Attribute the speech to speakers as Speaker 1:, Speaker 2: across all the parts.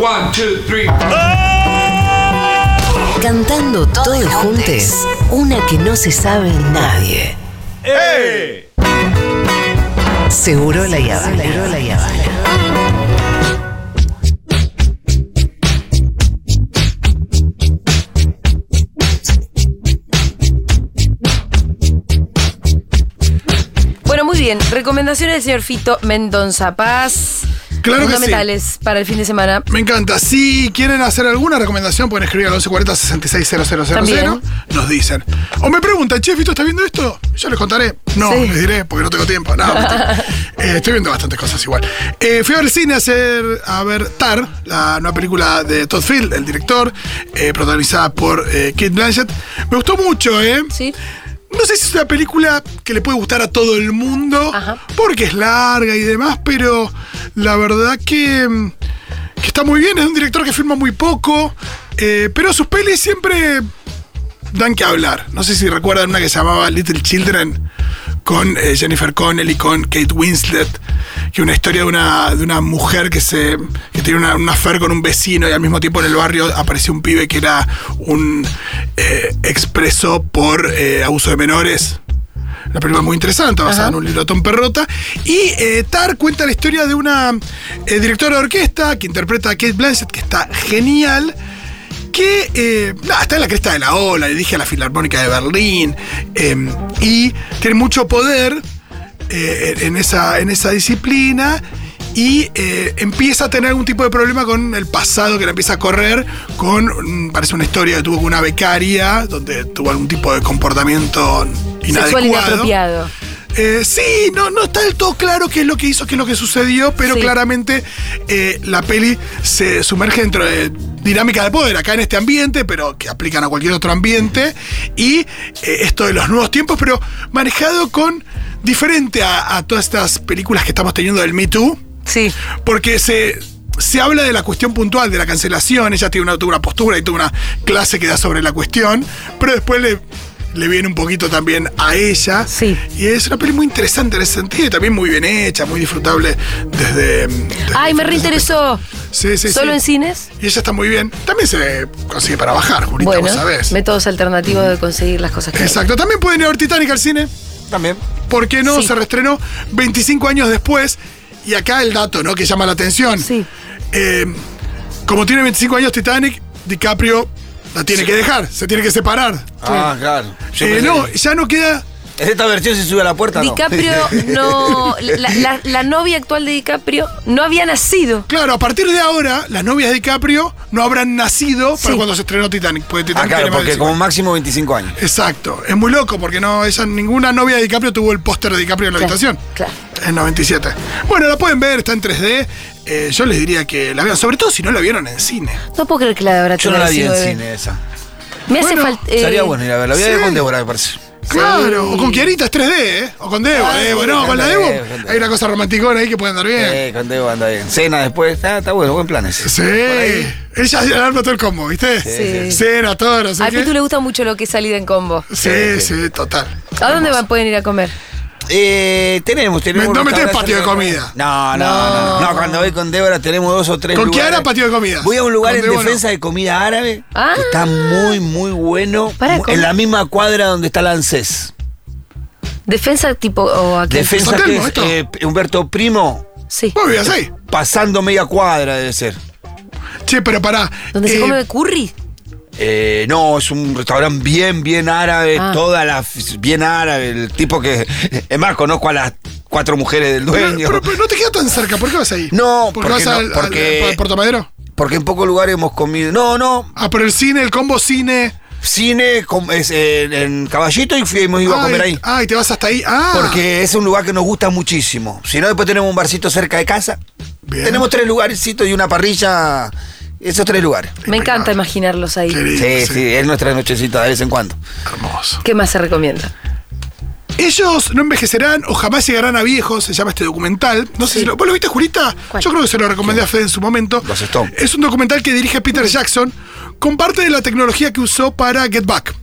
Speaker 1: One, two, three.
Speaker 2: Cantando todos juntos, una que no se sabe nadie. Seguro la Yavana. Seguro la Yavana.
Speaker 3: Bueno, muy bien. Recomendaciones del señor Fito Mendonza Paz.
Speaker 4: Claro que sí.
Speaker 3: Fundamentales para el fin de semana.
Speaker 4: Me encanta. Si quieren hacer alguna recomendación, pueden escribir al 1140-660000.
Speaker 3: También.
Speaker 4: Nos dicen. O me preguntan, che, Fito, ¿estás viendo esto? Yo les contaré. No,
Speaker 3: Sí.
Speaker 4: les diré porque no tengo tiempo. No, mentira. Eh, estoy viendo bastantes cosas igual. Eh, fui a ver cine a, hacer, a ver Tar, la nueva película de Todd Field, el director, eh, protagonizada por eh, Kate Blanchett. Me gustó mucho, ¿eh?
Speaker 3: Sí.
Speaker 4: No sé si es una película que le puede gustar a todo el mundo,
Speaker 3: Ajá.
Speaker 4: porque es larga y demás, pero la verdad que, mm, que está muy bien. Es un director que filma muy poco, eh, pero sus pelis siempre dan que hablar. No sé si recuerdan una que se llamaba Little Children con eh, Jennifer Connelly, con Kate Winslet, que una historia de una, de una mujer que se que tiene una, una affair con un vecino y al mismo tiempo en el barrio apareció un pibe que era un eh, expreso por eh, abuso de menores. Una película muy interesante,
Speaker 3: Ajá.
Speaker 4: basada en un libro de Tom Perrota. Y eh, Tar cuenta la historia de una eh, directora de orquesta que interpreta a Kate Blanchett, que está genial que eh, nada, está en la cresta de la ola, le dije a la Filarmónica de Berlín, eh, y tiene mucho poder eh, en, esa, en esa disciplina. Y eh, empieza a tener algún tipo de problema con el pasado que la empieza a correr, con, mm, parece una historia que tuvo con una becaria, donde tuvo algún tipo de comportamiento
Speaker 3: Sexual
Speaker 4: inadecuado.
Speaker 3: inapropiado.
Speaker 4: Eh, sí, no, no está del todo claro qué es lo que hizo, qué es lo que sucedió, pero
Speaker 3: Sí.
Speaker 4: claramente eh, la peli se sumerge dentro de dinámica de poder acá en este ambiente, pero que aplican a cualquier otro ambiente, y eh, esto de los nuevos tiempos, pero manejado con diferente a, a todas estas películas que estamos teniendo del Me Too,
Speaker 3: Sí.
Speaker 4: porque se, se habla de la cuestión puntual, de la cancelación, ella tiene una, tuvo una postura y tuvo una clase que da sobre la cuestión, pero después le, le viene un poquito también a ella.
Speaker 3: Sí.
Speaker 4: Y es una peli muy interesante en ese sentido y también muy bien hecha, muy disfrutable desde... desde
Speaker 3: Ay, me
Speaker 4: diferentes
Speaker 3: reinteresó.
Speaker 4: aspectos. Sí, sí,
Speaker 3: ¿Solo
Speaker 4: sí.
Speaker 3: en cines?
Speaker 4: Y ella está muy bien. También se consigue para bajar, Julita,
Speaker 3: Bueno,
Speaker 4: vos sabés.
Speaker 3: métodos alternativos de conseguir las cosas que hay.
Speaker 4: Exacto. También pueden ir a ver Titanic al cine.
Speaker 5: También.
Speaker 4: porque no?
Speaker 3: Sí.
Speaker 4: Se reestrenó 25 años después. Y acá el dato, ¿no? Que llama la atención.
Speaker 3: Sí.
Speaker 4: Eh, como tiene 25 años Titanic, DiCaprio la tiene que dejar, se tiene que separar.
Speaker 5: Ah, claro. Yo
Speaker 4: Eh,
Speaker 5: pensé
Speaker 4: no,
Speaker 5: que-
Speaker 4: ya no queda.
Speaker 5: Esta versión se sube a la puerta, ¿no?
Speaker 3: DiCaprio no. La, la- la novia actual de DiCaprio no había nacido.
Speaker 4: Claro, a partir de ahora, las novias de DiCaprio no habrán nacido
Speaker 3: Sí.
Speaker 4: para cuando se estrenó Titanic. Porque Titanic
Speaker 5: Ah, claro,
Speaker 4: tiene más de
Speaker 5: porque
Speaker 4: 25
Speaker 5: como máximo 25 años.
Speaker 4: Exacto. Es muy loco porque no, ella, ninguna novia de DiCaprio tuvo el póster de DiCaprio en la
Speaker 3: Claro,
Speaker 4: habitación.
Speaker 3: claro.
Speaker 4: En 97. Bueno, la pueden ver, está en 3D. Eh, yo les diría que la vean, sobre todo si no la vieron en cine.
Speaker 3: No puedo creer que la de ahora
Speaker 5: Yo no
Speaker 3: tenga
Speaker 5: la vi en
Speaker 3: 19.
Speaker 5: cine esa.
Speaker 3: Me hace
Speaker 4: Bueno,
Speaker 3: falta. eh,
Speaker 5: Sería bueno ir a verla. La voy a ver
Speaker 4: sí.
Speaker 5: con Débora, me parece.
Speaker 4: Claro, o con Kiarita es 3D, ¿eh? O con Debo,
Speaker 5: Ay,
Speaker 4: Debo, no,
Speaker 5: con
Speaker 4: con la
Speaker 5: Debo,
Speaker 4: Debo.
Speaker 5: con Debo.
Speaker 4: Hay una cosa romanticona ahí que puede andar bien.
Speaker 5: Eh, con Débora anda bien. Cena después. Ah, está bueno, buen plan ese.
Speaker 4: Sí,
Speaker 5: ahí.
Speaker 4: ella se arma todo el combo, ¿viste?
Speaker 3: Sí.
Speaker 4: Cena, todo, no sé
Speaker 3: A
Speaker 4: qué.
Speaker 3: Pitu le gusta mucho lo que es salida en combo.
Speaker 4: Sí, sí, total.
Speaker 3: ¿A dónde van, pueden ir a comer?
Speaker 5: Eh, tenemos, tenemos.
Speaker 4: Me- no
Speaker 5: un
Speaker 4: metés
Speaker 5: restaurante
Speaker 4: patio de
Speaker 5: cerca
Speaker 4: comida.
Speaker 5: No, no, no, no. No, cuando voy con Débora tenemos dos o tres.
Speaker 4: Con
Speaker 5: lugares.
Speaker 4: Kiara, patio de comida.
Speaker 5: Voy a un lugar
Speaker 4: Con
Speaker 5: en
Speaker 4: Débora no.
Speaker 5: defensa de comida árabe.
Speaker 3: Ah.
Speaker 5: Que está muy, muy bueno.
Speaker 3: Pará,
Speaker 5: Mu-
Speaker 3: ¿cómo?
Speaker 5: en la misma cuadra donde está la ANSES.
Speaker 3: ¿Defensa tipo o aquí?
Speaker 5: Defensa
Speaker 4: San
Speaker 5: que
Speaker 4: Telmo,
Speaker 5: es
Speaker 4: esto.
Speaker 5: eh, Humberto Primo,
Speaker 3: Sí.
Speaker 4: Vos vivías ahí.
Speaker 5: pasando media cuadra debe ser.
Speaker 4: Che, pero pará.
Speaker 3: ¿Donde
Speaker 4: eh,
Speaker 3: se come curry?
Speaker 5: Eh, no, es un restaurante bien, bien árabe,
Speaker 3: Ah.
Speaker 5: toda la f- bien árabe, el tipo que. Es más, conozco a las cuatro mujeres del
Speaker 4: pero,
Speaker 5: dueño.
Speaker 4: pero- pero no te queda tan cerca, ¿por qué vas ahí?
Speaker 5: No,
Speaker 4: porque, vas
Speaker 5: porque no,
Speaker 4: al,
Speaker 5: porque-
Speaker 4: al- a Puerto Madero.
Speaker 5: porque en pocos lugares hemos comido. No, no.
Speaker 4: Ah, pero el cine, el combo cine.
Speaker 5: Cine com- es en, en caballito y fuimos iba a comer ahí.
Speaker 4: Ah, y te vas hasta ahí. Ah,
Speaker 5: Porque es un lugar que nos gusta muchísimo. Si no, después tenemos un barcito cerca de casa.
Speaker 4: Bien.
Speaker 5: Tenemos tres lugarcitos y una parrilla. Esos tres lugares.
Speaker 3: Me encanta imaginarlos ahí.
Speaker 4: Qué
Speaker 5: Sí,
Speaker 4: lindo,
Speaker 5: sí, es nuestra nochecita de vez en cuando.
Speaker 4: Hermoso.
Speaker 3: ¿Qué más se recomienda?
Speaker 4: Ellos no envejecerán o jamás llegarán a viejos, se llama este documental. No sé si lo, ¿Vos lo viste, Julita?
Speaker 3: ¿Cuál?
Speaker 4: Yo creo que se lo recomendé a Fede en su momento.
Speaker 5: Los Stones.
Speaker 4: Es un documental que dirige Peter Jackson con parte de la tecnología que usó para Get Back.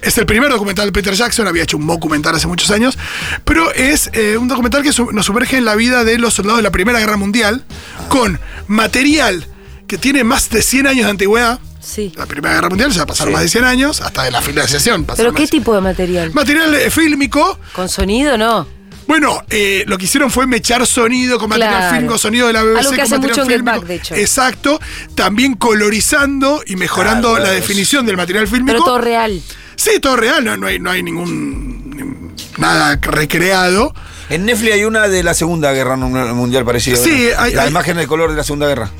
Speaker 4: Es el primer documental de Peter Jackson, había hecho un documental hace muchos años, pero es eh, un documental que su- nos sumerge en la vida de los soldados de la Primera Guerra Mundial con material que tiene más de 100 años de antigüedad.
Speaker 3: Sí.
Speaker 4: La Primera Guerra Mundial ya pasaron
Speaker 5: Sí.
Speaker 4: más de 100 años, hasta de la financiación
Speaker 3: ¿Pero
Speaker 4: pasaron
Speaker 3: qué
Speaker 4: más de 100.
Speaker 3: tipo de material?
Speaker 4: Material eh, fílmico.
Speaker 3: ¿Con sonido no?
Speaker 4: Bueno, eh, lo que hicieron fue mechar sonido con material
Speaker 3: Claro.
Speaker 4: fílmico, sonido de la BBC
Speaker 3: Algo que
Speaker 4: con
Speaker 3: hace
Speaker 4: material
Speaker 3: mucho en Get
Speaker 4: fílmico.
Speaker 3: Back, de hecho.
Speaker 4: Exacto. También colorizando y mejorando
Speaker 5: Claro,
Speaker 4: la
Speaker 5: es-
Speaker 4: definición del material fílmico.
Speaker 3: Pero todo real.
Speaker 4: Sí, todo real, no, no hay, no hay ningún. nada recreado.
Speaker 5: En Netflix hay una de la Segunda Guerra Nu- Mundial parecida.
Speaker 4: Sí,
Speaker 5: ¿verdad?
Speaker 4: hay-
Speaker 5: La
Speaker 4: hay-
Speaker 5: imagen del color de la Segunda Guerra.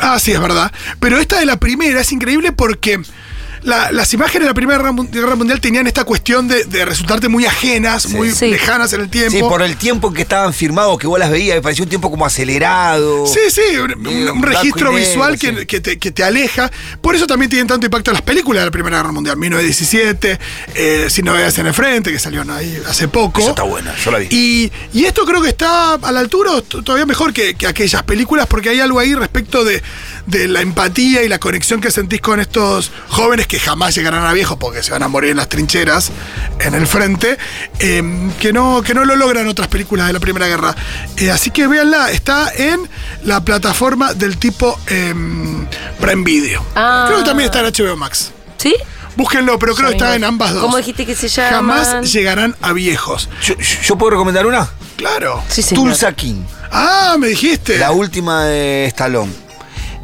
Speaker 4: Ah, sí, es verdad. Pero esta de la primera es increíble porque la- las imágenes de la Primera Guerra Mun- Guerra Mundial tenían esta cuestión de, de resultarte muy ajenas, muy
Speaker 3: Sí.
Speaker 4: lejanas en el tiempo.
Speaker 5: Sí, por el tiempo en que estaban firmados, que vos las veías, me parecía un tiempo como acelerado.
Speaker 4: Sí, sí, un, un- un
Speaker 5: eh, blanco
Speaker 4: registro
Speaker 5: y negro,
Speaker 4: visual que,
Speaker 5: sí.
Speaker 4: que te, que te aleja. Por eso también tienen tanto impacto las películas de la Primera Guerra Mundial. 1917, eh, Sin Novedades en el Frente, que salió ahí hace poco.
Speaker 5: Esa está buena, yo la vi.
Speaker 4: Y, y esto creo que está a la altura, o t- todavía mejor que, que aquellas películas, porque hay algo ahí respecto de, de la empatía y la conexión que sentís con estos jóvenes que jamás llegarán a viejos porque se van a morir en las trincheras, en el frente, eh, que, no, que no lo logran otras películas de la Primera Guerra. Eh, así que véanla, está en la plataforma del tipo em, Prime Video.
Speaker 3: Ah.
Speaker 4: Creo que también está en HBO Max.
Speaker 3: ¿Sí?
Speaker 4: Búsquenlo, pero creo que está en ambas dos.
Speaker 3: ¿Cómo dijiste que se llaman?
Speaker 4: Jamás llegarán a viejos.
Speaker 5: Yo, yo- yo puedo recomendar una?
Speaker 4: Claro.
Speaker 3: Sí, señor.
Speaker 5: Tulsa King,
Speaker 4: Ah, me dijiste.
Speaker 5: la última de Stallone.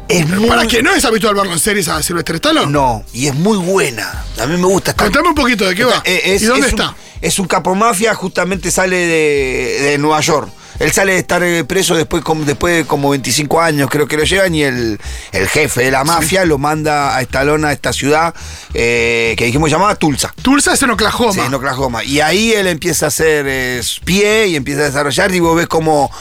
Speaker 5: Es muy-
Speaker 4: Para que no es habitual verlo en series a Silvestre Stallone.
Speaker 5: No, y es muy buena. A mí me gusta esta.
Speaker 4: Contame un poquito de qué va.
Speaker 5: Eh, es-
Speaker 4: ¿Y dónde
Speaker 5: es un-
Speaker 4: está?
Speaker 5: es un capomafia, justamente sale de, de Nueva York. Él sale de estar eh, preso después, como- después de como 25 años, creo que lo llevan, y el, el jefe de la mafia lo manda a Estalona, a esta ciudad eh, que dijimos llamada Tulsa.
Speaker 4: Tulsa es en Oklahoma.
Speaker 5: Sí, en Oklahoma. Y ahí él empieza a hacer eh, pie y empieza a desarrollar. Y vos ves como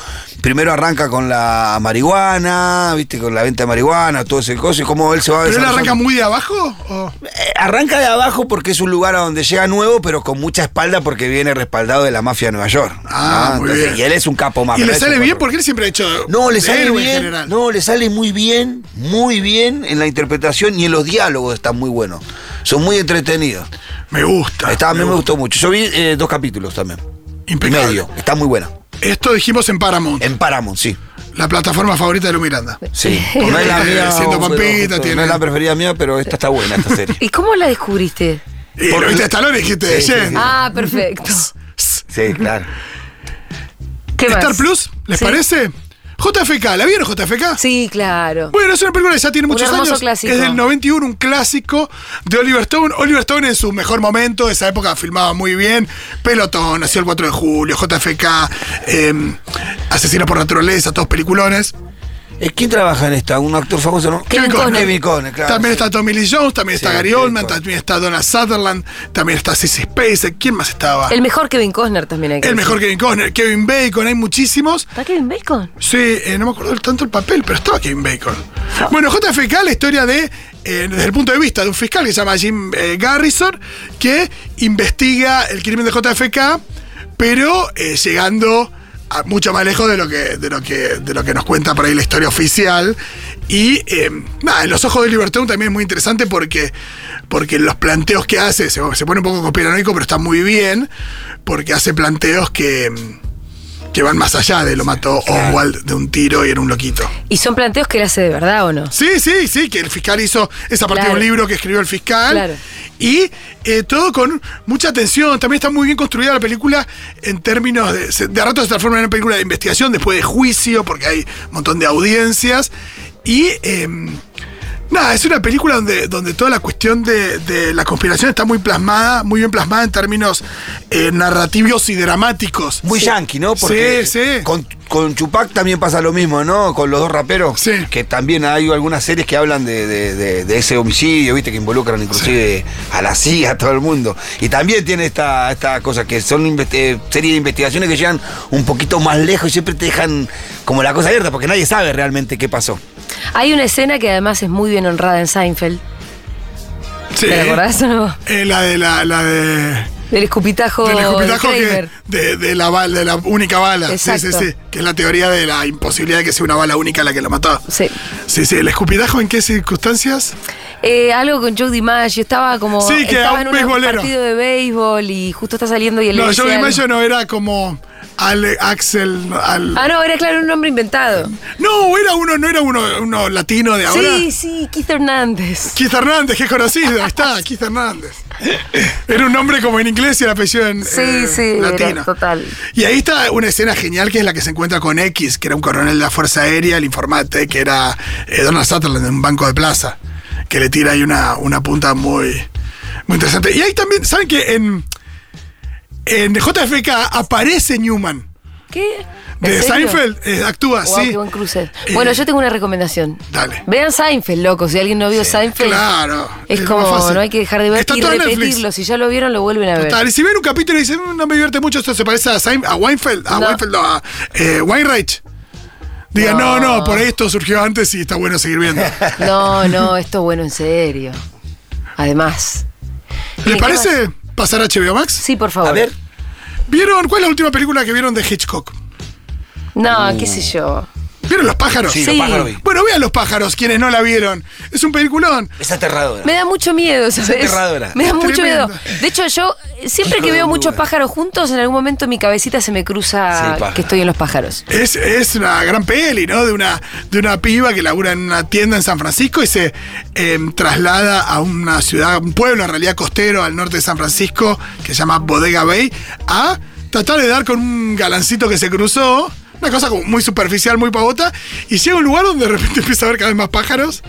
Speaker 5: primero arranca con la marihuana, viste, con la venta de marihuana, todo ese coso, y cómo él se va
Speaker 4: ¿Pero él
Speaker 5: desarrollando.
Speaker 4: arranca muy de abajo? o?
Speaker 5: Eh, arranca de abajo porque es un lugar a donde llega nuevo, pero con mucha espalda porque viene respaldado de la mafia de Nueva York.
Speaker 4: Ah,
Speaker 5: ¿no?
Speaker 4: muy bien.
Speaker 5: Y él es un capo más.
Speaker 4: ¿Y le
Speaker 5: ¿verdad? Es
Speaker 4: sale
Speaker 5: un
Speaker 4: bien?
Speaker 5: capo.
Speaker 4: Porque él siempre ha hecho.
Speaker 5: No, le
Speaker 4: de
Speaker 5: sale
Speaker 4: héroe en
Speaker 5: bien.
Speaker 4: general.
Speaker 5: No, le sale muy bien, muy bien en la interpretación y en los diálogos están muy buenos. Son muy entretenidos.
Speaker 4: Ah, Me gusta.
Speaker 5: Está- a mí me gustó mucho. Yo vi eh, dos capítulos también.
Speaker 4: Impecable.
Speaker 5: Medio. Eh. Está muy buena.
Speaker 4: Esto dijimos en Paramount,
Speaker 5: En Paramount, sí.
Speaker 4: la plataforma favorita de Lu Miranda.
Speaker 5: Sí. No es la mía.
Speaker 4: Siendo
Speaker 5: pero-
Speaker 4: Pampita, tiene-
Speaker 5: No es la preferida mía, pero esta está buena, esta serie.
Speaker 3: ¿Y cómo la descubriste?
Speaker 4: Y lo viste a Stallone y dijiste
Speaker 5: Sí, sí,
Speaker 4: "Jen".
Speaker 5: sí.
Speaker 3: Ah, perfecto.
Speaker 5: Sí, claro.
Speaker 3: ¿Qué más?
Speaker 4: Star Plus, ¿les
Speaker 3: Sí.
Speaker 4: parece? JFK, ¿la vieron JFK?
Speaker 3: Sí, claro.
Speaker 4: Bueno, es una película que ya tiene
Speaker 3: Un
Speaker 4: muchos
Speaker 3: hermoso
Speaker 4: años.
Speaker 3: clásico.
Speaker 4: Es del 91, un clásico de Oliver Stone. Oliver Stone en su mejor momento, esa época filmaba muy bien. Pelotón, nació el 4 de julio, JFK, eh, Asesino por Naturaleza, todos peliculones.
Speaker 5: Eh, ¿Quién trabaja en esta? ¿Un actor famoso, no?
Speaker 3: Kevin Costner.
Speaker 5: Kevin Costner, claro.
Speaker 4: también está Tommy Lee Jones, también
Speaker 5: Sí,
Speaker 4: está Gary
Speaker 5: Kevin
Speaker 4: Oldman,
Speaker 5: Costner.
Speaker 4: también está Donna Sutherland, también está Sissy Spacek. ¿Quién más estaba?
Speaker 3: El mejor Kevin Costner también hay que
Speaker 4: El
Speaker 3: decir.
Speaker 4: mejor Kevin Costner, Kevin Bacon, hay muchísimos.
Speaker 3: ¿Está Kevin Bacon?
Speaker 4: Sí, eh, no me acuerdo del tanto el papel, pero estaba Kevin Bacon. Bueno, JFK, la historia de, eh, desde el punto de vista de un fiscal que se llama Jim eh, Garrison, que investiga el crimen de JFK, pero eh, llegando a mucho más lejos de lo, que, de, lo que, de lo que nos cuenta por ahí la historia oficial. Y eh, nada, en los ojos de Libertón también es muy interesante porque, porque los planteos que hace, se, se pone un poco conspiranoico, pero está muy bien, porque hace planteos que... mm, que van más allá de lo mató Oswald de un tiro y era un loquito.
Speaker 3: ¿Y son planteos que él hace de verdad o no?
Speaker 4: Sí, sí, sí, que el fiscal hizo esa parte
Speaker 3: Claro.
Speaker 4: de un libro que escribió el fiscal.
Speaker 3: Claro.
Speaker 4: Y eh, todo con mucha atención. También está muy bien construida la película en términos de. se- De a rato se transforma en una película de investigación, después de juicio, porque hay un montón de audiencias. Y. em, Nada, es una película donde, donde toda la cuestión de, de la conspiración está muy plasmada, muy bien plasmada en términos eh, narrativos y dramáticos.
Speaker 5: Muy yankee, ¿no? Porque
Speaker 4: Sí, sí.
Speaker 5: Con, con Chupac también pasa lo mismo, ¿no? Con los dos raperos.
Speaker 4: Sí.
Speaker 5: Que también hay algunas series que hablan de, de- de- de ese homicidio, ¿viste? Que involucran inclusive a la CIA, a todo el mundo. Y también tiene esta, esta cosa que son inve- eh, series de investigaciones que llegan un poquito más lejos y siempre te dejan como la cosa abierta porque nadie sabe realmente qué pasó.
Speaker 3: Hay una escena que además es muy bien honrada en Seinfeld.
Speaker 4: Sí.
Speaker 3: ¿Te la acordás o no?
Speaker 4: Eh, la de la, la de.
Speaker 3: Del escupitajo
Speaker 4: del escupitajo
Speaker 3: de
Speaker 4: que,
Speaker 3: Kramer.
Speaker 4: de, de la, bala- de la única bala. Sí,
Speaker 3: Exacto.
Speaker 4: sí, sí. Que es la teoría de la imposibilidad de que sea una bala única la que lo mató.
Speaker 3: Sí.
Speaker 4: Sí, sí. ¿El escupitajo en qué circunstancias?
Speaker 3: Eh, algo con Joe DiMaggio, estaba como
Speaker 4: Sí, que
Speaker 3: estaba
Speaker 4: a
Speaker 3: en una-
Speaker 4: un
Speaker 3: un
Speaker 4: beisbolero.
Speaker 3: partido de béisbol y justo está saliendo y el
Speaker 4: No, Joe DiMaggio no era como Ale- Axel. Al...
Speaker 3: Ah, no, era claro un nombre inventado.
Speaker 4: No, era uno, no era uno, uno latino de ahora.
Speaker 3: Sí, sí, Keith Hernández.
Speaker 4: Keith Hernández, que es conocido, ahí está, Keith Hernández. Era un nombre como en inglés y el apellido en
Speaker 3: Sí,
Speaker 4: eh,
Speaker 3: sí, era
Speaker 4: latino.
Speaker 3: total.
Speaker 4: Y ahí está una escena genial que es la que se encuentra con X, que era un coronel de la Fuerza Aérea, el informante, que era eh, Donald Sutherland en un banco de plaza, que le tira ahí una, una punta muy, muy interesante. Y ahí también, ¿saben que en, en JFK aparece Newman?
Speaker 3: ¿Qué? ¿En
Speaker 4: De
Speaker 3: serio?
Speaker 4: Seinfeld eh, actúa,
Speaker 3: Guau,
Speaker 4: sí.
Speaker 3: qué buen cruce.
Speaker 4: Eh,
Speaker 3: Bueno, yo tengo una recomendación.
Speaker 4: Dale.
Speaker 3: Vean Seinfeld, loco. Si alguien no vio Seinfeld,
Speaker 4: Claro.
Speaker 3: es,
Speaker 4: más
Speaker 3: como,
Speaker 4: fácil.
Speaker 3: no hay que dejar de ver
Speaker 4: Está
Speaker 3: y
Speaker 4: todo en Netflix.
Speaker 3: repetirlo. Si ya lo vieron, lo vuelven a ver.
Speaker 4: Total, y si ven un capítulo y dicen, "Mm, no me divierte mucho, esto se parece a, Sein- a Weinfeld, a
Speaker 3: No.
Speaker 4: Weinfeld, no, a eh, Weinreich. Digan, no. no, por ahí esto surgió antes y está bueno seguir viendo.
Speaker 3: No, no, esto es bueno en serio. Además.
Speaker 4: ¿Les
Speaker 3: ¿Qué
Speaker 4: parece pasar a HBO Max?
Speaker 3: Sí, por favor.
Speaker 5: A ver.
Speaker 4: ¿Vieron cuál es la última película que vieron de Hitchcock?
Speaker 3: No, qué sé yo.
Speaker 4: ¿Vieron Los pájaros?
Speaker 5: Sí,
Speaker 3: Sí.
Speaker 5: los pájaros vi.
Speaker 4: Bueno, vean Los pájaros, quienes no la vieron. Es un peliculón.
Speaker 5: Es aterradora.
Speaker 3: Me da mucho miedo, ¿sabes?
Speaker 5: aterradora.
Speaker 3: Me da
Speaker 4: Es
Speaker 3: mucho
Speaker 4: tremendo.
Speaker 3: miedo. De hecho, yo eh, siempre
Speaker 5: Hijo
Speaker 3: que
Speaker 5: de
Speaker 3: veo
Speaker 5: un
Speaker 3: muchos
Speaker 5: lugar.
Speaker 3: pájaros juntos, en algún momento mi cabecita se me
Speaker 5: Sí,
Speaker 3: cruza
Speaker 5: pájaro.
Speaker 3: que estoy en los pájaros.
Speaker 4: Es, es una gran peli, ¿no? De una, de una piba que labura en una tienda en San Francisco y se eh, traslada a una ciudad, un pueblo en realidad costero al norte de San Francisco, que se llama Bodega Bay, a tratar de dar con un galancito que se cruzó. Una cosa como muy superficial, muy pavota. Y llega a un lugar donde de repente empieza a ver cada vez más pájaros.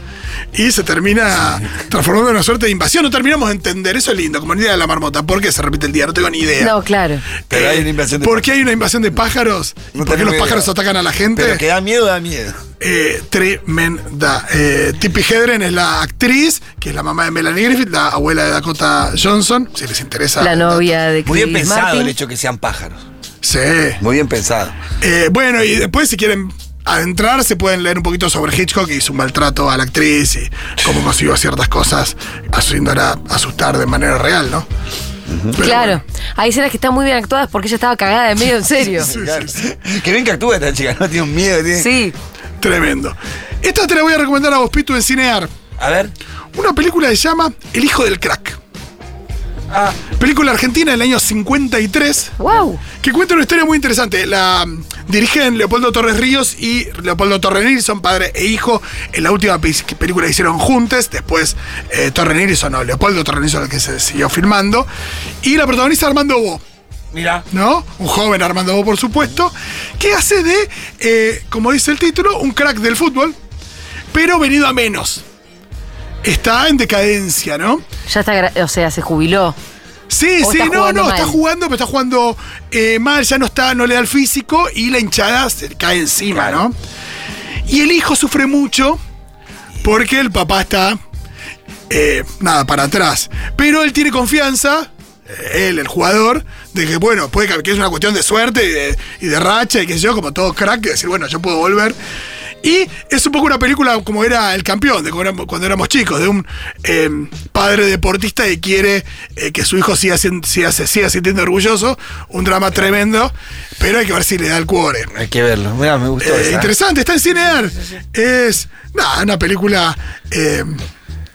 Speaker 4: Y se termina transformando en una suerte de invasión. No terminamos de entender. Eso es lindo, como el día de la marmota. ¿Por qué se repite el día? No tengo ni idea.
Speaker 3: No, claro.
Speaker 5: Pero hay una invasión de
Speaker 4: Eh, ¿Por qué hay una invasión de pájaros? ¿Y
Speaker 5: No
Speaker 4: ¿Por qué
Speaker 5: tengo
Speaker 4: los
Speaker 5: idea.
Speaker 4: pájaros atacan a la gente?
Speaker 5: Pero que da miedo, da miedo.
Speaker 4: Eh, tremenda. Eh, Tippi Hedren es la actriz, que es la mamá de Melanie Griffith, la abuela de Dakota Johnson, si les interesa.
Speaker 3: La novia de
Speaker 5: Muy bien
Speaker 3: Chris
Speaker 5: pensado
Speaker 3: Martin.
Speaker 5: el hecho que sean pájaros.
Speaker 4: Sí.
Speaker 5: Muy bien pensado.
Speaker 4: Eh, bueno, y después si quieren adentrarse pueden leer un poquito sobre Hitchcock y su maltrato a la actriz y cómo consiguió ciertas cosas, haciéndola asustar de manera real, ¿no? Pero
Speaker 3: Claro. Hay escenas que están muy bien actuadas porque ella estaba cagada de medio en serio.
Speaker 5: Claro. Qué bien que actúa esta chica, no tiene un miedo. Tiene...
Speaker 3: Sí.
Speaker 4: bueno, tremendo. Esta te la voy a recomendar a vos, Pitu, en Cinear.
Speaker 5: A ver.
Speaker 4: Una película que se llama El hijo del crack.
Speaker 5: Ah,
Speaker 4: Película argentina del año 53.
Speaker 3: ¡Wow!
Speaker 4: que cuenta una historia muy interesante. La mm, dirigen Leopoldo Torres Ríos y Leopoldo Torres Nilsson, padre e hijo, en la última pe- película que hicieron juntos. Después eh, Torres Nilsson, no, Leopoldo Torres Nilsson, el que se siguió filmando. Y la protagonista Armando Bo.
Speaker 5: mira.
Speaker 4: ¿no? Un joven Armando Bo, por supuesto, que hace de, eh, como dice el título, un crack del fútbol, pero venido a menos. Está en decadencia, ¿no?
Speaker 3: Ya está, gra- o sea, se jubiló.
Speaker 4: Sí,
Speaker 3: O
Speaker 4: sí,
Speaker 3: está
Speaker 4: no,
Speaker 3: jugando
Speaker 4: no, está
Speaker 3: mal.
Speaker 4: jugando, pero está jugando eh, mal, ya no está, no le da el físico y la hinchada se le cae encima, ¿no? Y el hijo sufre mucho porque el papá está, eh, nada, para atrás. Pero él tiene confianza, eh, él, el jugador, de que, bueno, puede que, que es una cuestión de suerte y de, y de racha y qué sé yo, como todo crack, de decir, bueno, yo puedo volver. Y es un poco una película como era El Campeón, de cuando éramos, cuando éramos chicos, de un eh, padre deportista que quiere eh, que su hijo siga, sien- siga- se siga sintiendo orgulloso. Un drama tremendo, pero hay que ver si le da el cuore.
Speaker 5: Hay que verlo. Mira, me gustó.
Speaker 4: Eh,
Speaker 5: esa.
Speaker 4: interesante, está en Cinear. Es nada, una película eh,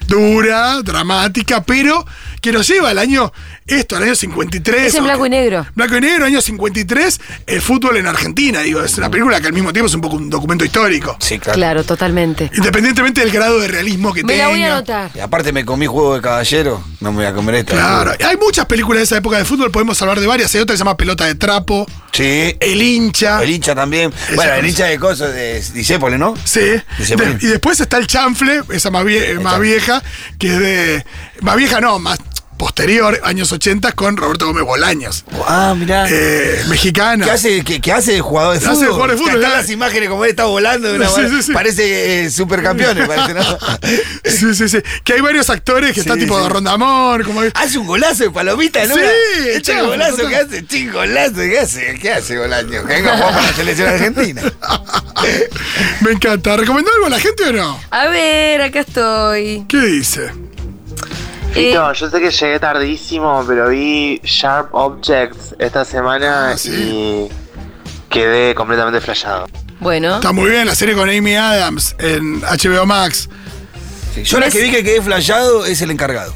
Speaker 4: dura, dramática, pero que nos lleva al año, esto, al año 53.
Speaker 3: Es en blanco
Speaker 4: aunque-
Speaker 3: y negro.
Speaker 4: Blanco y negro, año 53, el fútbol en Argentina. Digo, es
Speaker 3: Mm.
Speaker 4: una película que al mismo tiempo es un poco un documento histórico.
Speaker 5: Sí, claro.
Speaker 3: Claro, totalmente.
Speaker 4: Independientemente del grado de realismo que
Speaker 3: Me
Speaker 4: tenga.
Speaker 3: la voy a anotar.
Speaker 5: Y aparte me comí juego de caballero. No me voy a comer esta.
Speaker 4: Claro, hay muchas películas de esa época de fútbol, podemos hablar de varias. Hay otra que se llama Pelota de Trapo,
Speaker 5: Sí.
Speaker 4: El hincha.
Speaker 5: El hincha también. bueno, el hincha de cosas de Disépole, ¿no?
Speaker 4: Sí.
Speaker 5: Dice,
Speaker 4: De-
Speaker 5: bueno.
Speaker 4: y después está el chanfle, esa más, vie- eh, más
Speaker 5: chanfle.
Speaker 4: vieja, que es de. Más vieja no, más posterior, años 80, con Roberto Gómez Bolaños.
Speaker 5: Ah, mirá.
Speaker 4: eh, mexicana.
Speaker 5: ¿Qué hace, qué, qué hace de jugador de
Speaker 4: ¿Qué
Speaker 5: fútbol?
Speaker 4: hace de jugador de fútbol?
Speaker 5: Están
Speaker 4: Claro.
Speaker 5: las imágenes como él está volando. de una
Speaker 4: Sí,
Speaker 5: bola.
Speaker 4: sí, sí.
Speaker 5: Parece eh, supercampeones, parece, ¿no?
Speaker 4: Sí, sí, sí. Que hay varios actores que está
Speaker 5: Sí,
Speaker 4: tipo
Speaker 5: sí.
Speaker 4: de Rondamón, como.
Speaker 5: Hace un golazo de palomita, ¿no?
Speaker 4: Sí,
Speaker 5: Este
Speaker 4: chavo,
Speaker 5: golazo
Speaker 4: total.
Speaker 5: que hace, chico, golazo, ¿qué hace? ¿Qué hace Bolaño? Que venga a jugar para la selección argentina.
Speaker 4: Me encanta. ¿Recomendó algo a la gente o no?
Speaker 3: A ver, acá estoy.
Speaker 4: ¿Qué dice?
Speaker 3: Eh,
Speaker 1: Fito, yo sé que llegué tardísimo, pero vi Sharp Objects esta semana
Speaker 4: Ah, sí.
Speaker 1: y quedé completamente flashado.
Speaker 3: bueno.
Speaker 4: Está muy bien la serie con Amy Adams en HBO Max.
Speaker 5: Sí, Yo la que vi que quedé flayado es el encargado.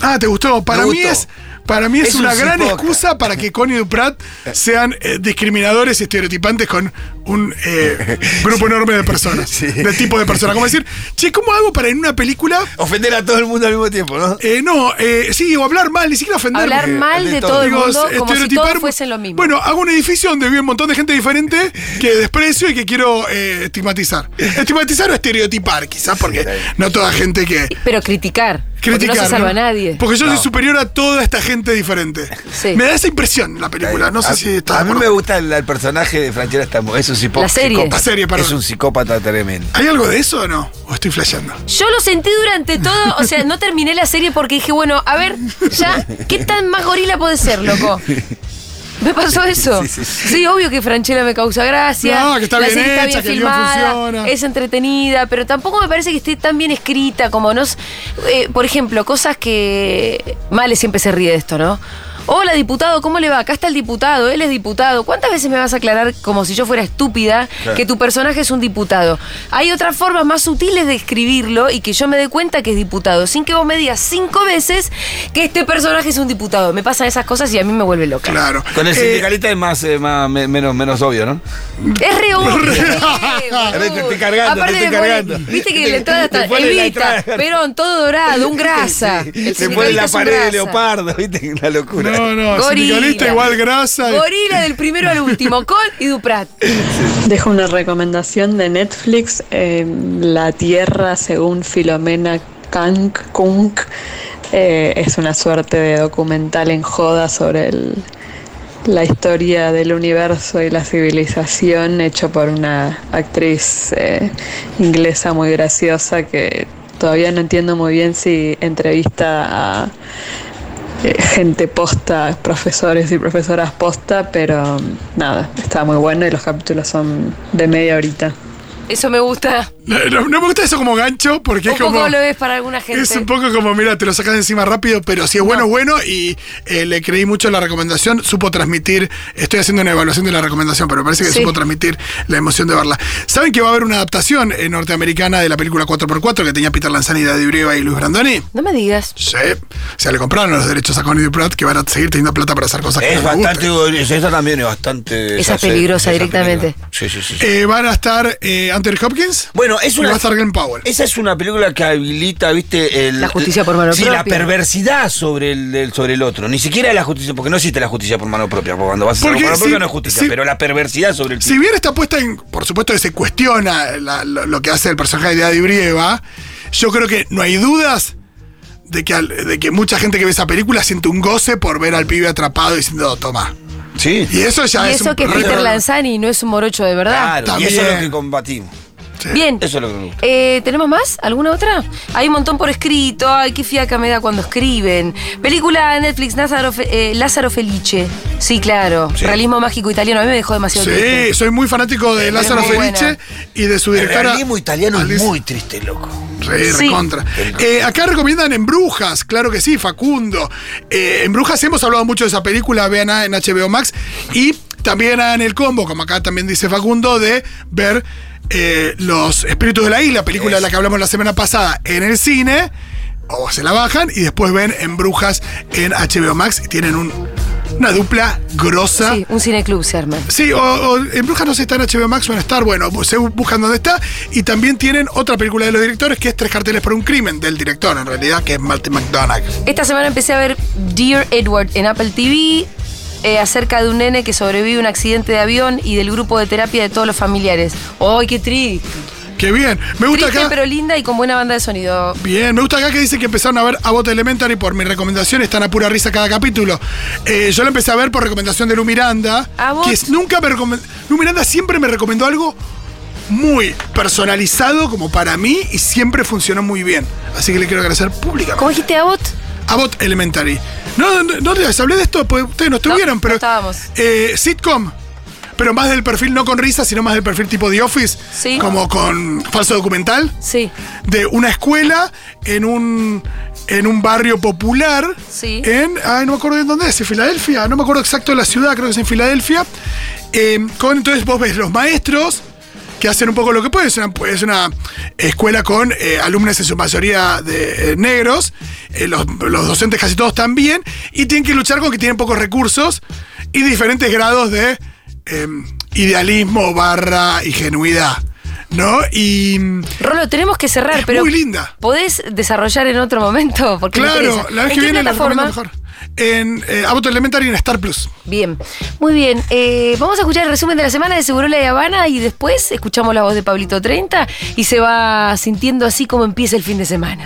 Speaker 4: Ah, ¿te gustó? Para
Speaker 5: Me
Speaker 4: mí
Speaker 5: gustó.
Speaker 4: es Para mí es,
Speaker 5: Es
Speaker 4: una
Speaker 5: un
Speaker 4: gran
Speaker 5: cipoca.
Speaker 4: excusa para que Connie Duprat sean eh, discriminadores y estereotipantes con un eh, grupo enorme de personas.
Speaker 5: Sí.
Speaker 4: De tipo de personas. Como decir, che, ¿cómo hago para en una película?
Speaker 5: Ofender a todo el mundo al mismo tiempo, ¿no?
Speaker 4: eh, no, eh, sí, o hablar mal, ni siquiera ofender.
Speaker 3: Hablar
Speaker 4: porque-
Speaker 3: mal de todo el
Speaker 4: Digo,
Speaker 3: mundo como si
Speaker 4: estereotipar-
Speaker 3: todos fuesen lo mismo.
Speaker 4: Bueno, hago un edificio donde vive un montón de gente diferente que desprecio y que quiero eh, estigmatizar. Estigmatizar o estereotipar, quizás, porque no toda gente que.
Speaker 3: Pero criticar. porque
Speaker 4: Criticar,
Speaker 3: no se salva a
Speaker 4: ¿no?
Speaker 3: nadie.
Speaker 4: Porque yo
Speaker 5: No.
Speaker 4: soy superior a toda esta gente diferente.
Speaker 3: Sí.
Speaker 4: Me da esa impresión la película. No sé
Speaker 5: Eh, a,
Speaker 4: si está.
Speaker 5: a mí me gusta el, el personaje de Franchella Stamo. Es un psicó-
Speaker 3: La serie.
Speaker 5: psicópata.
Speaker 4: La serie, perdón.
Speaker 5: Es un psicópata tremendo.
Speaker 4: ¿Hay algo de eso o no? ¿O estoy flasheando?
Speaker 3: Yo lo sentí durante todo, o sea, no terminé la serie porque dije, bueno, a ver, ya, ¿qué tan más gorila puede ser, loco? Me pasó eso. Sí,
Speaker 5: Sí, sí, sí.
Speaker 3: obvio que Franchella me causa gracia.
Speaker 4: No, que está
Speaker 3: la
Speaker 4: bien
Speaker 3: serie está
Speaker 4: hecha,
Speaker 3: bien
Speaker 4: que el guión
Speaker 3: filmada,
Speaker 4: funciona.
Speaker 3: es entretenida, pero tampoco me parece que esté tan bien escrita como nos. eh, por ejemplo, cosas que. Male siempre se ríe de esto, ¿no? Hola, diputado, ¿cómo le va? Acá está el diputado, él es diputado. ¿Cuántas veces me vas a aclarar, como si yo fuera estúpida,
Speaker 5: Claro.
Speaker 3: que tu personaje es un diputado? Hay otras formas más sutiles de escribirlo y que yo me dé cuenta que es diputado, sin que vos me digas cinco veces que este personaje es un diputado. Me pasan esas cosas y a mí me vuelve loca.
Speaker 4: Claro.
Speaker 5: Con el
Speaker 4: Eh,
Speaker 5: sindicalista es más, eh, más- me- menos, menos obvio, ¿no?
Speaker 3: Es re obvio.
Speaker 4: Re-
Speaker 3: eh, boludo.
Speaker 5: Re- te estoy cargando,
Speaker 3: Aparte
Speaker 5: te estoy
Speaker 3: le pone-
Speaker 5: cargando.
Speaker 3: Viste que
Speaker 5: Te-
Speaker 3: la entrada
Speaker 5: te
Speaker 3: está
Speaker 5: pone la
Speaker 3: Evita,
Speaker 5: entrada.
Speaker 3: Perón, todo dorado, un grasa.
Speaker 5: Sí.
Speaker 3: El
Speaker 5: Se pone en
Speaker 3: sindicalista es
Speaker 5: la
Speaker 3: un
Speaker 5: pared de
Speaker 3: grasa.
Speaker 5: leopardo, ¿viste? Una locura.
Speaker 4: No, no,
Speaker 3: Gorila.
Speaker 4: sindicalista igual grasa. y-
Speaker 3: Gorila del primero al último, Con y Duprat.
Speaker 6: Dejo una recomendación de Netflix, eh, La Tierra según Filomena Kank Kunk. Eh, es una suerte de documental en joda sobre el- la historia del universo y la civilización, hecho por una actriz eh, inglesa muy graciosa que todavía no entiendo muy bien si entrevista a eh, gente posta, profesores y profesoras posta, pero mm, nada, está muy bueno y los capítulos son de media horita.
Speaker 3: Eso me gusta.
Speaker 4: No, no me gusta eso como gancho, porque
Speaker 3: Un
Speaker 4: es como.
Speaker 3: poco lo ves para alguna gente.
Speaker 4: Es un poco como, mira, te lo sacas de encima rápido, pero si es bueno, es bueno. Y eh, le creí mucho la recomendación, supo transmitir. Estoy haciendo una evaluación de la recomendación, pero me parece que
Speaker 3: Sí.
Speaker 4: supo transmitir la emoción de verla. ¿Saben que va a haber una adaptación eh, norteamericana de la película 4x4 que tenía Peter Lanzani, Daddy Breva y Luis Brandoni?
Speaker 3: No me digas.
Speaker 4: Sí. O sea, le compraron los derechos a Connie Duprat que van a seguir teniendo plata para hacer cosas que
Speaker 5: Es
Speaker 4: no les gusten.
Speaker 5: bastante. Esa también es bastante.
Speaker 3: Esa es peligrosa
Speaker 5: esa
Speaker 3: directamente.
Speaker 5: peligrosa. Sí, sí, sí. sí.
Speaker 4: Eh, van a estar eh, Anthony Hopkins.
Speaker 5: Bueno, es
Speaker 4: Y
Speaker 5: una.
Speaker 4: va a estar Glenn Powell.
Speaker 5: Esa es una película que habilita, viste, el-
Speaker 3: La justicia por mano
Speaker 5: sí, la
Speaker 3: propia.
Speaker 5: perversidad sobre el, el- sobre el otro. Ni siquiera la justicia, porque no existe la justicia por mano propia. Porque cuando vas a hacer por
Speaker 4: Porque
Speaker 5: mano propia
Speaker 4: si-
Speaker 5: no es justicia,
Speaker 4: si-
Speaker 5: pero la perversidad sobre el
Speaker 4: Si bien está puesta en. Por supuesto que se cuestiona la- lo, lo que hace el personaje de Daddy Brieva, yo creo que no hay dudas de que, al- de que mucha gente que ve esa película siente un goce por ver al pibe atrapado diciendo, toma.
Speaker 5: Sí.
Speaker 4: Y eso ya
Speaker 5: Ah,
Speaker 3: Y
Speaker 4: es.
Speaker 3: eso
Speaker 4: un
Speaker 3: que
Speaker 4: récord.
Speaker 3: Peter Lanzani no es un morocho de verdad.
Speaker 5: Claro, y eso es lo que
Speaker 4: También.
Speaker 5: combatimos.
Speaker 3: Bien.
Speaker 5: Eso es lo que me gusta.
Speaker 3: Eh, ¿Tenemos más? ¿Alguna otra? Hay un montón por escrito. Ay, qué fiaca me da cuando escriben. Película de Netflix, Lázaro, Fe- eh, Lázaro Felice. Sí, claro.
Speaker 5: Sí.
Speaker 3: Realismo mágico italiano. A mí me dejó demasiado triste.
Speaker 4: Sí, soy muy fanático de
Speaker 3: Pero
Speaker 4: Lázaro
Speaker 3: es muy buena.
Speaker 4: Felice y de su
Speaker 5: El
Speaker 4: directora.
Speaker 5: realismo italiano es
Speaker 4: Alice-
Speaker 5: muy triste, loco.
Speaker 4: Re,
Speaker 3: Sí.
Speaker 4: recontra. Eh, acá recomiendan En Brujas, claro que sí, Facundo. Eh, en Brujas hemos hablado mucho de esa película, vean en HBO Max. Y también en el combo, como acá también dice Facundo, de ver eh, Los Espíritus de la Isla, película de la que hablamos la semana pasada en el cine. O se la bajan y después ven En Brujas en HBO Max. Y tienen un- una dupla grosa.
Speaker 3: Sí, un cineclub se arma.
Speaker 4: Sí, o, o en Brujas no sé si está en HBO Max o en Star, bueno, se bu- buscan dónde está. Y también tienen otra película de los directores que es Tres carteles por un crimen, del director en realidad, que es Martin McDonagh.
Speaker 3: Esta semana empecé a ver Dear Edward en Apple TV. eh, acerca de un nene que sobrevive a un accidente de avión y del grupo de terapia de todos los familiares. ¡Ay, qué tri!
Speaker 4: Qué bien, me gusta
Speaker 3: Triste
Speaker 4: acá.
Speaker 3: pero linda y con buena banda de sonido.
Speaker 4: Bien, me gusta acá que dicen que empezaron a ver Abbott Elementary por mi recomendación, están a pura risa cada capítulo. Eh, yo la empecé a ver por recomendación de Lu Miranda,
Speaker 3: Abbott.
Speaker 4: que es- nunca me recomendó. Lu Miranda siempre me recomendó algo muy personalizado como para mí y siempre funcionó muy bien. Así que le quiero agradecer públicamente.
Speaker 3: ¿Cómo dijiste, Abbott?
Speaker 4: Abbott Elementary. No, no, no les hablé de esto, pues ustedes no estuvieron,
Speaker 3: no
Speaker 4: pero.
Speaker 3: estábamos.
Speaker 4: Eh, sitcom. Pero más del perfil, no con risa, sino más del perfil tipo The Office.
Speaker 3: Sí.
Speaker 4: Como con falso documental.
Speaker 3: Sí.
Speaker 4: De una escuela en un. En un barrio popular.
Speaker 3: Sí.
Speaker 4: En. Ay, no me acuerdo en dónde es, en Filadelfia. No me Em, acuerdo exacto de la ciudad, creo que es en Filadelfia. Eh, con entonces vos ves los maestros. que hacen un poco lo que pueden. Es una, es una escuela con eh, alumnos en su mayoría de eh, negros, eh, los, los docentes casi todos también, y tienen que luchar con que tienen pocos recursos y diferentes grados de eh, idealismo barra ingenuidad, ¿no? Y... mm,
Speaker 3: Rolo, tenemos que cerrar,
Speaker 4: Es
Speaker 3: pero.
Speaker 4: muy linda.
Speaker 3: ¿Podés desarrollar en otro momento? Porque me
Speaker 4: Claro,
Speaker 3: interesa.
Speaker 4: la vez
Speaker 3: ¿En
Speaker 4: que
Speaker 3: qué
Speaker 4: viene la recomiendo
Speaker 3: plataforma?
Speaker 4: mejor. En eh, Abbott Elementary y en Star Plus.
Speaker 3: Bien, muy bien. Eh, vamos a escuchar el resumen de la semana de Seguro La Habana y después escuchamos la voz de Pablito 30 y se va sintiendo así como empieza el fin de semana.